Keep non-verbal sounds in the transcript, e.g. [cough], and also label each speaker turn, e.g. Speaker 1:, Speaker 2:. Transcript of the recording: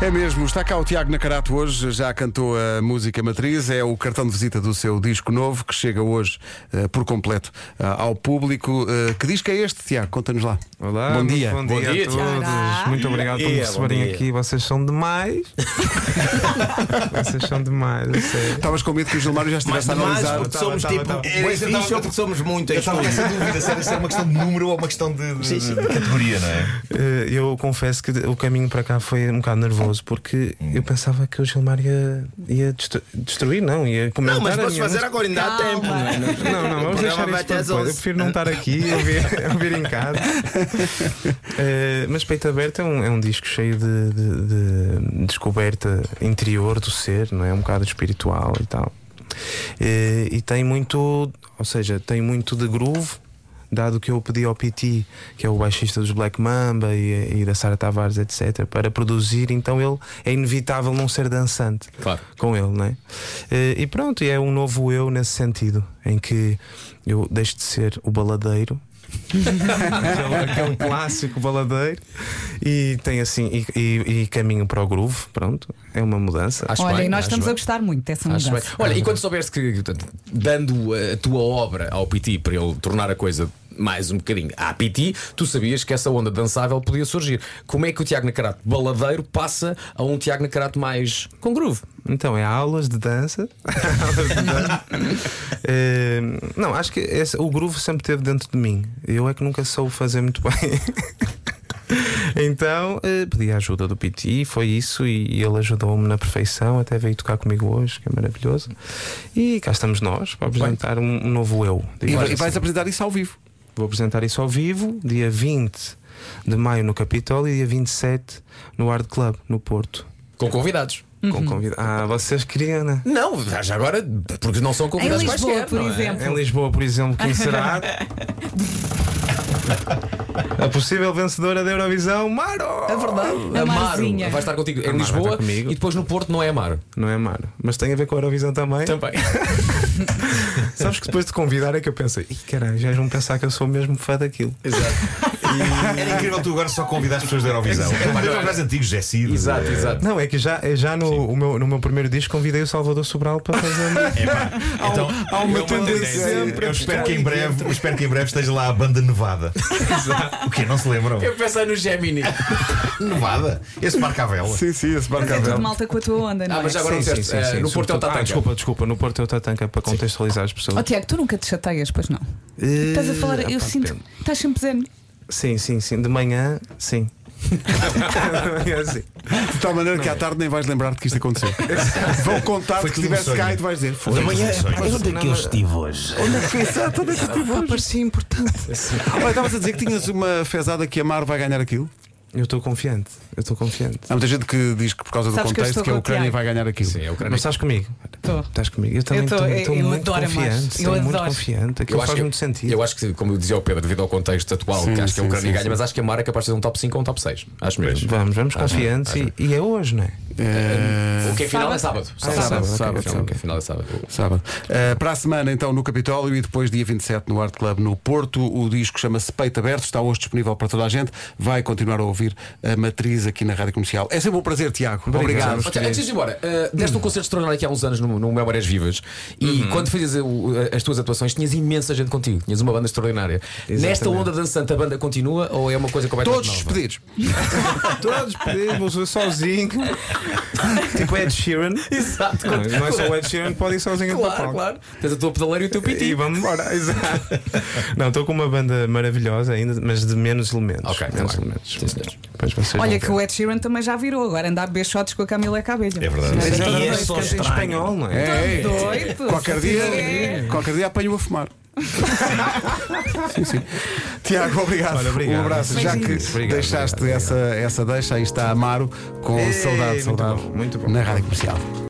Speaker 1: É mesmo, está cá o Tiago Nacarato hoje, já cantou a música matriz, é o cartão de visita do seu disco novo, que chega hoje eh, por completo ah, ao público. Eh, que disco é este, Tiago? Conta-nos lá.
Speaker 2: Olá,
Speaker 1: bom
Speaker 2: muito
Speaker 1: dia.
Speaker 2: bom dia,
Speaker 3: Bom dia,
Speaker 2: a todos.
Speaker 4: Tiago.
Speaker 2: Muito obrigado por me
Speaker 3: Yeah, bom
Speaker 2: receberem
Speaker 3: dia.
Speaker 2: aqui. Vocês são demais.
Speaker 3: [laughs]
Speaker 2: Vocês são demais, é eu sei.
Speaker 1: Estavas com medo que o Gilmário já
Speaker 3: Mas
Speaker 1: estivesse a
Speaker 3: demais
Speaker 1: analisar.
Speaker 3: porque
Speaker 2: tava,
Speaker 3: somos
Speaker 4: Tá
Speaker 2: tava,
Speaker 3: tipo.
Speaker 2: tava.
Speaker 3: É
Speaker 4: Pois, eu tava-
Speaker 3: fixe ou porque somos muito em
Speaker 4: então, Eu estava com
Speaker 3: estúdio?
Speaker 4: essa dúvida, se era, se era uma questão de número ou uma questão de, de-
Speaker 3: sim.
Speaker 4: de categoria, não é?
Speaker 2: Eh, Eu confesso que o caminho para cá foi um bocado nervoso porque
Speaker 3: Hum.
Speaker 2: eu pensava que o Gilmar ia, ia destru- destruir, não, ia comentar.
Speaker 3: Não, mas
Speaker 2: a
Speaker 3: podes
Speaker 2: minha
Speaker 3: fazer
Speaker 2: música.
Speaker 3: agora, ainda há
Speaker 4: Calma.
Speaker 3: tempo. não é?
Speaker 2: Não, não,
Speaker 3: O programa
Speaker 2: vamos deixar
Speaker 3: vai
Speaker 2: isso
Speaker 3: até
Speaker 2: para
Speaker 3: às
Speaker 2: depois. Eu
Speaker 3: 11.
Speaker 2: prefiro não estar aqui, eu vir, [laughs] eu vir em casa. Eh, mas Peito Aberto é um, é um disco cheio de, de- de descoberta interior do ser, não é? Um bocado espiritual e tal. Eh, e tem muito, ou seja, tem muito de groove. Dado que eu pedi ao PT, que é o baixista dos Black Mamba e, e da Sara Tavares, etc., para produzir, então ele é inevitável não ser dançante
Speaker 3: Claro.
Speaker 2: com ele, não é? Eh, E pronto, e é um novo eu nesse sentido, em que eu deixo de ser o baladeiro. aquele, aquele clássico baladeiro e tem assim e, e- e caminho para o groove pronto é uma mudança
Speaker 5: Acho
Speaker 6: Olha,
Speaker 5: bem,
Speaker 6: e nós
Speaker 5: acho
Speaker 6: estamos
Speaker 5: bem.
Speaker 6: a gostar muito dessa
Speaker 5: Acho bem.
Speaker 6: mudança.
Speaker 5: Olha, e quando soubeste que, portanto, dando a tua obra ao PT para ele tornar a coisa mais um bocadinho à PT, tu sabias que essa onda dançável podia surgir. Como é que o Tiago Nacarato baladeiro passa a um Tiago Nacarato mais com groove?
Speaker 2: Então, é aulas de dança. [laughs] Aulas de dança. Eh, não, acho que esse- o groove sempre teve dentro de mim. Eu é que nunca soube fazer muito bem. [laughs] Então eh, pedi a ajuda do Piti, foi isso, e ele ajudou-me na perfeição, até veio tocar comigo hoje, que é maravilhoso. E cá estamos nós para apresentar um, um novo eu.
Speaker 1: E,
Speaker 2: digamos
Speaker 1: vai- e vais
Speaker 2: assim.
Speaker 1: apresentar isso ao vivo.
Speaker 2: Vou apresentar isso ao vivo, dia 20 de maio no Capitólio e dia 27 no Hard Club, no Porto.
Speaker 5: Com convidados.
Speaker 2: Com convida- Ah, vocês queriam, né?
Speaker 5: Não, já agora, porque não são
Speaker 6: Em
Speaker 5: convidados
Speaker 6: Lisboa,
Speaker 5: quaisquer,
Speaker 6: por
Speaker 5: não é?
Speaker 6: exemplo.
Speaker 2: Em Lisboa, por exemplo, quem
Speaker 5: [laughs]
Speaker 2: será? a possível vencedora da Eurovisão, Maro!
Speaker 5: É verdade.
Speaker 6: A
Speaker 5: Amaro
Speaker 6: Marzinha.
Speaker 5: vai estar contigo em
Speaker 2: Amaro vai
Speaker 5: Lisboa
Speaker 2: estar comigo.
Speaker 5: e depois no Porto não é Amaro.
Speaker 2: Não é Maro, mas tem a ver com a Eurovisão também.
Speaker 5: Também. [laughs]
Speaker 2: Sabes que depois de convidar é que eu pensei, Ih, caralho, já vão pensar que eu sou mesmo fã daquilo.
Speaker 4: Era incrível tu agora só convidar as pessoas da Eurovisão. É um programa mais antigo, Jessir.
Speaker 5: exato, exato.
Speaker 2: Não, é que já, é já no, o meu, no meu primeiro disco convidei o Salvador Sobral para
Speaker 5: [laughs]
Speaker 2: fazer.
Speaker 4: Então,
Speaker 3: um-
Speaker 4: há uma
Speaker 2: tendência sempre
Speaker 4: Eu espero que em breve, eu espero que em breve esteja lá a banda Nevada. O quê? Não se lembram?
Speaker 5: Eu pensei no Gemini.
Speaker 4: Nevada? Esse barco à vela.
Speaker 1: Sim, sim, esse
Speaker 6: Mas é tudo malta com a tua onda, não
Speaker 5: Ah,
Speaker 6: é?
Speaker 5: mas já agora não disseste. eh, No Porto é o
Speaker 2: sobretudo-
Speaker 5: Tatanka.
Speaker 2: Ah, desculpa, desculpa, no Porto é o Tatanka para contextualizar as pessoas.
Speaker 6: Oh, Tiago, tu nunca te chateias, pois não?
Speaker 2: Eh,
Speaker 6: Estás a falar, eu
Speaker 2: pá,
Speaker 6: sinto.
Speaker 2: depende.
Speaker 6: Estás sempre "Ah, zen.
Speaker 2: Sim, sim, sim. De manhã,
Speaker 5: [laughs]
Speaker 2: sim. de manhã, sim.
Speaker 1: De tal maneira que à tarde nem vais lembrar-te que isto aconteceu. Vão contar
Speaker 4: Foi
Speaker 1: que
Speaker 4: tudo um
Speaker 1: estivesse
Speaker 4: sonho.
Speaker 1: cá e tu vais dizer. Foi.
Speaker 4: Amanhã,
Speaker 3: Onde é que eu estive hoje?
Speaker 1: Exato, onde é que tu estiveste?
Speaker 2: Parecia importante.
Speaker 1: Olha, estavas a dizer que tinhas uma fezada que Amaro vai ganhar aquilo?
Speaker 2: Eu estou confiante, eu estou confiante.
Speaker 1: Há muita gente que diz que por causa do
Speaker 6: Sabes que eu
Speaker 1: contexto
Speaker 6: estou
Speaker 1: que a
Speaker 6: com o
Speaker 1: Ucrânia
Speaker 6: Tiago.
Speaker 1: vai ganhar aquilo.
Speaker 5: Sim, é o crânio.
Speaker 2: Mas estás comigo?
Speaker 5: Então,
Speaker 6: Tô.
Speaker 2: Estás comigo? Eu também
Speaker 6: Eu tô,
Speaker 2: estou
Speaker 6: eu- eu
Speaker 2: muito
Speaker 6: adoro a Marta.
Speaker 2: confiante.
Speaker 6: Eu
Speaker 2: Estou muito
Speaker 6: adoro.
Speaker 2: confiante. Aquilo faz
Speaker 5: que,
Speaker 2: muito sentido.
Speaker 5: Eu acho que, como dizia o Pedro, devido ao contexto atual,
Speaker 1: Sim,
Speaker 5: que acho que a
Speaker 1: sim,
Speaker 5: Ucrânia
Speaker 1: sim,
Speaker 5: ganha,
Speaker 1: sim.
Speaker 5: mas acho que a Mara é capaz de ser um top 5 ou um top 6. Acho mesmo.
Speaker 2: Vamos, vamos
Speaker 5: Acho bem,
Speaker 2: confiantes
Speaker 5: acho
Speaker 2: e, e é hoje, não é?
Speaker 5: O que é final é
Speaker 6: Sábado.
Speaker 5: sábado.
Speaker 2: Ah, sábado,
Speaker 5: Sábado,
Speaker 2: ok,
Speaker 5: final-
Speaker 2: ok.
Speaker 5: final é sábado.
Speaker 1: Sábado. Uh, para a semana, então, no Capitólio e depois, dia 27, no Art Club no Porto. O disco chama-se Peito Aberto, está hoje disponível para toda a gente. Vai continuar a ouvir a matriz aqui na Rádio Comercial. É sempre um prazer, Tiago. Obrigado.
Speaker 2: Obrigado.
Speaker 5: Olha, antes de ir embora, eh, deste um concerto extraordinário aqui há uns anos no, no Memórias Vivas e quando fazias o- eh, as tuas atuações tinhas imensa gente contigo, tinhas uma banda extraordinária. Nesta onda dançante, a banda continua ou é uma coisa completamente
Speaker 1: Todos os
Speaker 5: nova?
Speaker 1: pedidos.
Speaker 2: Todos pedimos, eu sozinho. [laughs] tipo Ed Sheeran.
Speaker 5: [laughs] Exato,
Speaker 2: Não, não é só o Ed Sheeran que pode ir sozinho para o
Speaker 5: claro,
Speaker 2: palco.
Speaker 5: claro. Tens a tua pedaleira e o teu
Speaker 2: E
Speaker 5: piti.
Speaker 2: vamos embora, [laughs] exato. Não, estou com uma banda maravilhosa ainda, mas de menos elementos.
Speaker 5: Ok, tá
Speaker 2: menos
Speaker 5: bem.
Speaker 2: elementos.
Speaker 5: Sim, senhor.
Speaker 2: Depois vocês
Speaker 6: Olha
Speaker 2: vão
Speaker 6: que
Speaker 2: ver.
Speaker 6: o Ed Sheeran também já virou agora, andar a beber shots com a Camila Cabelha.
Speaker 4: É verdade.
Speaker 6: Já
Speaker 4: Sim,
Speaker 6: tem-
Speaker 4: E é
Speaker 2: Mas
Speaker 4: só
Speaker 2: canta em
Speaker 4: estranho.
Speaker 2: espanhol, não é?
Speaker 1: É, é.
Speaker 6: Doido.
Speaker 1: Qualquer dia, qualquer dia apanho a
Speaker 2: [laughs]
Speaker 1: fumar. sim, sim. Tiago, obrigado.
Speaker 2: Olha, obrigado.
Speaker 1: Um abraço. Já que
Speaker 2: Beijinhos. Obrigado,
Speaker 1: deixaste
Speaker 2: obrigado,
Speaker 1: essa, essa deixa, aí está Amaro com
Speaker 2: Ei,
Speaker 1: saudade,
Speaker 2: muito
Speaker 1: saudade
Speaker 2: bom, muito bom.
Speaker 1: na Rádio Comercial.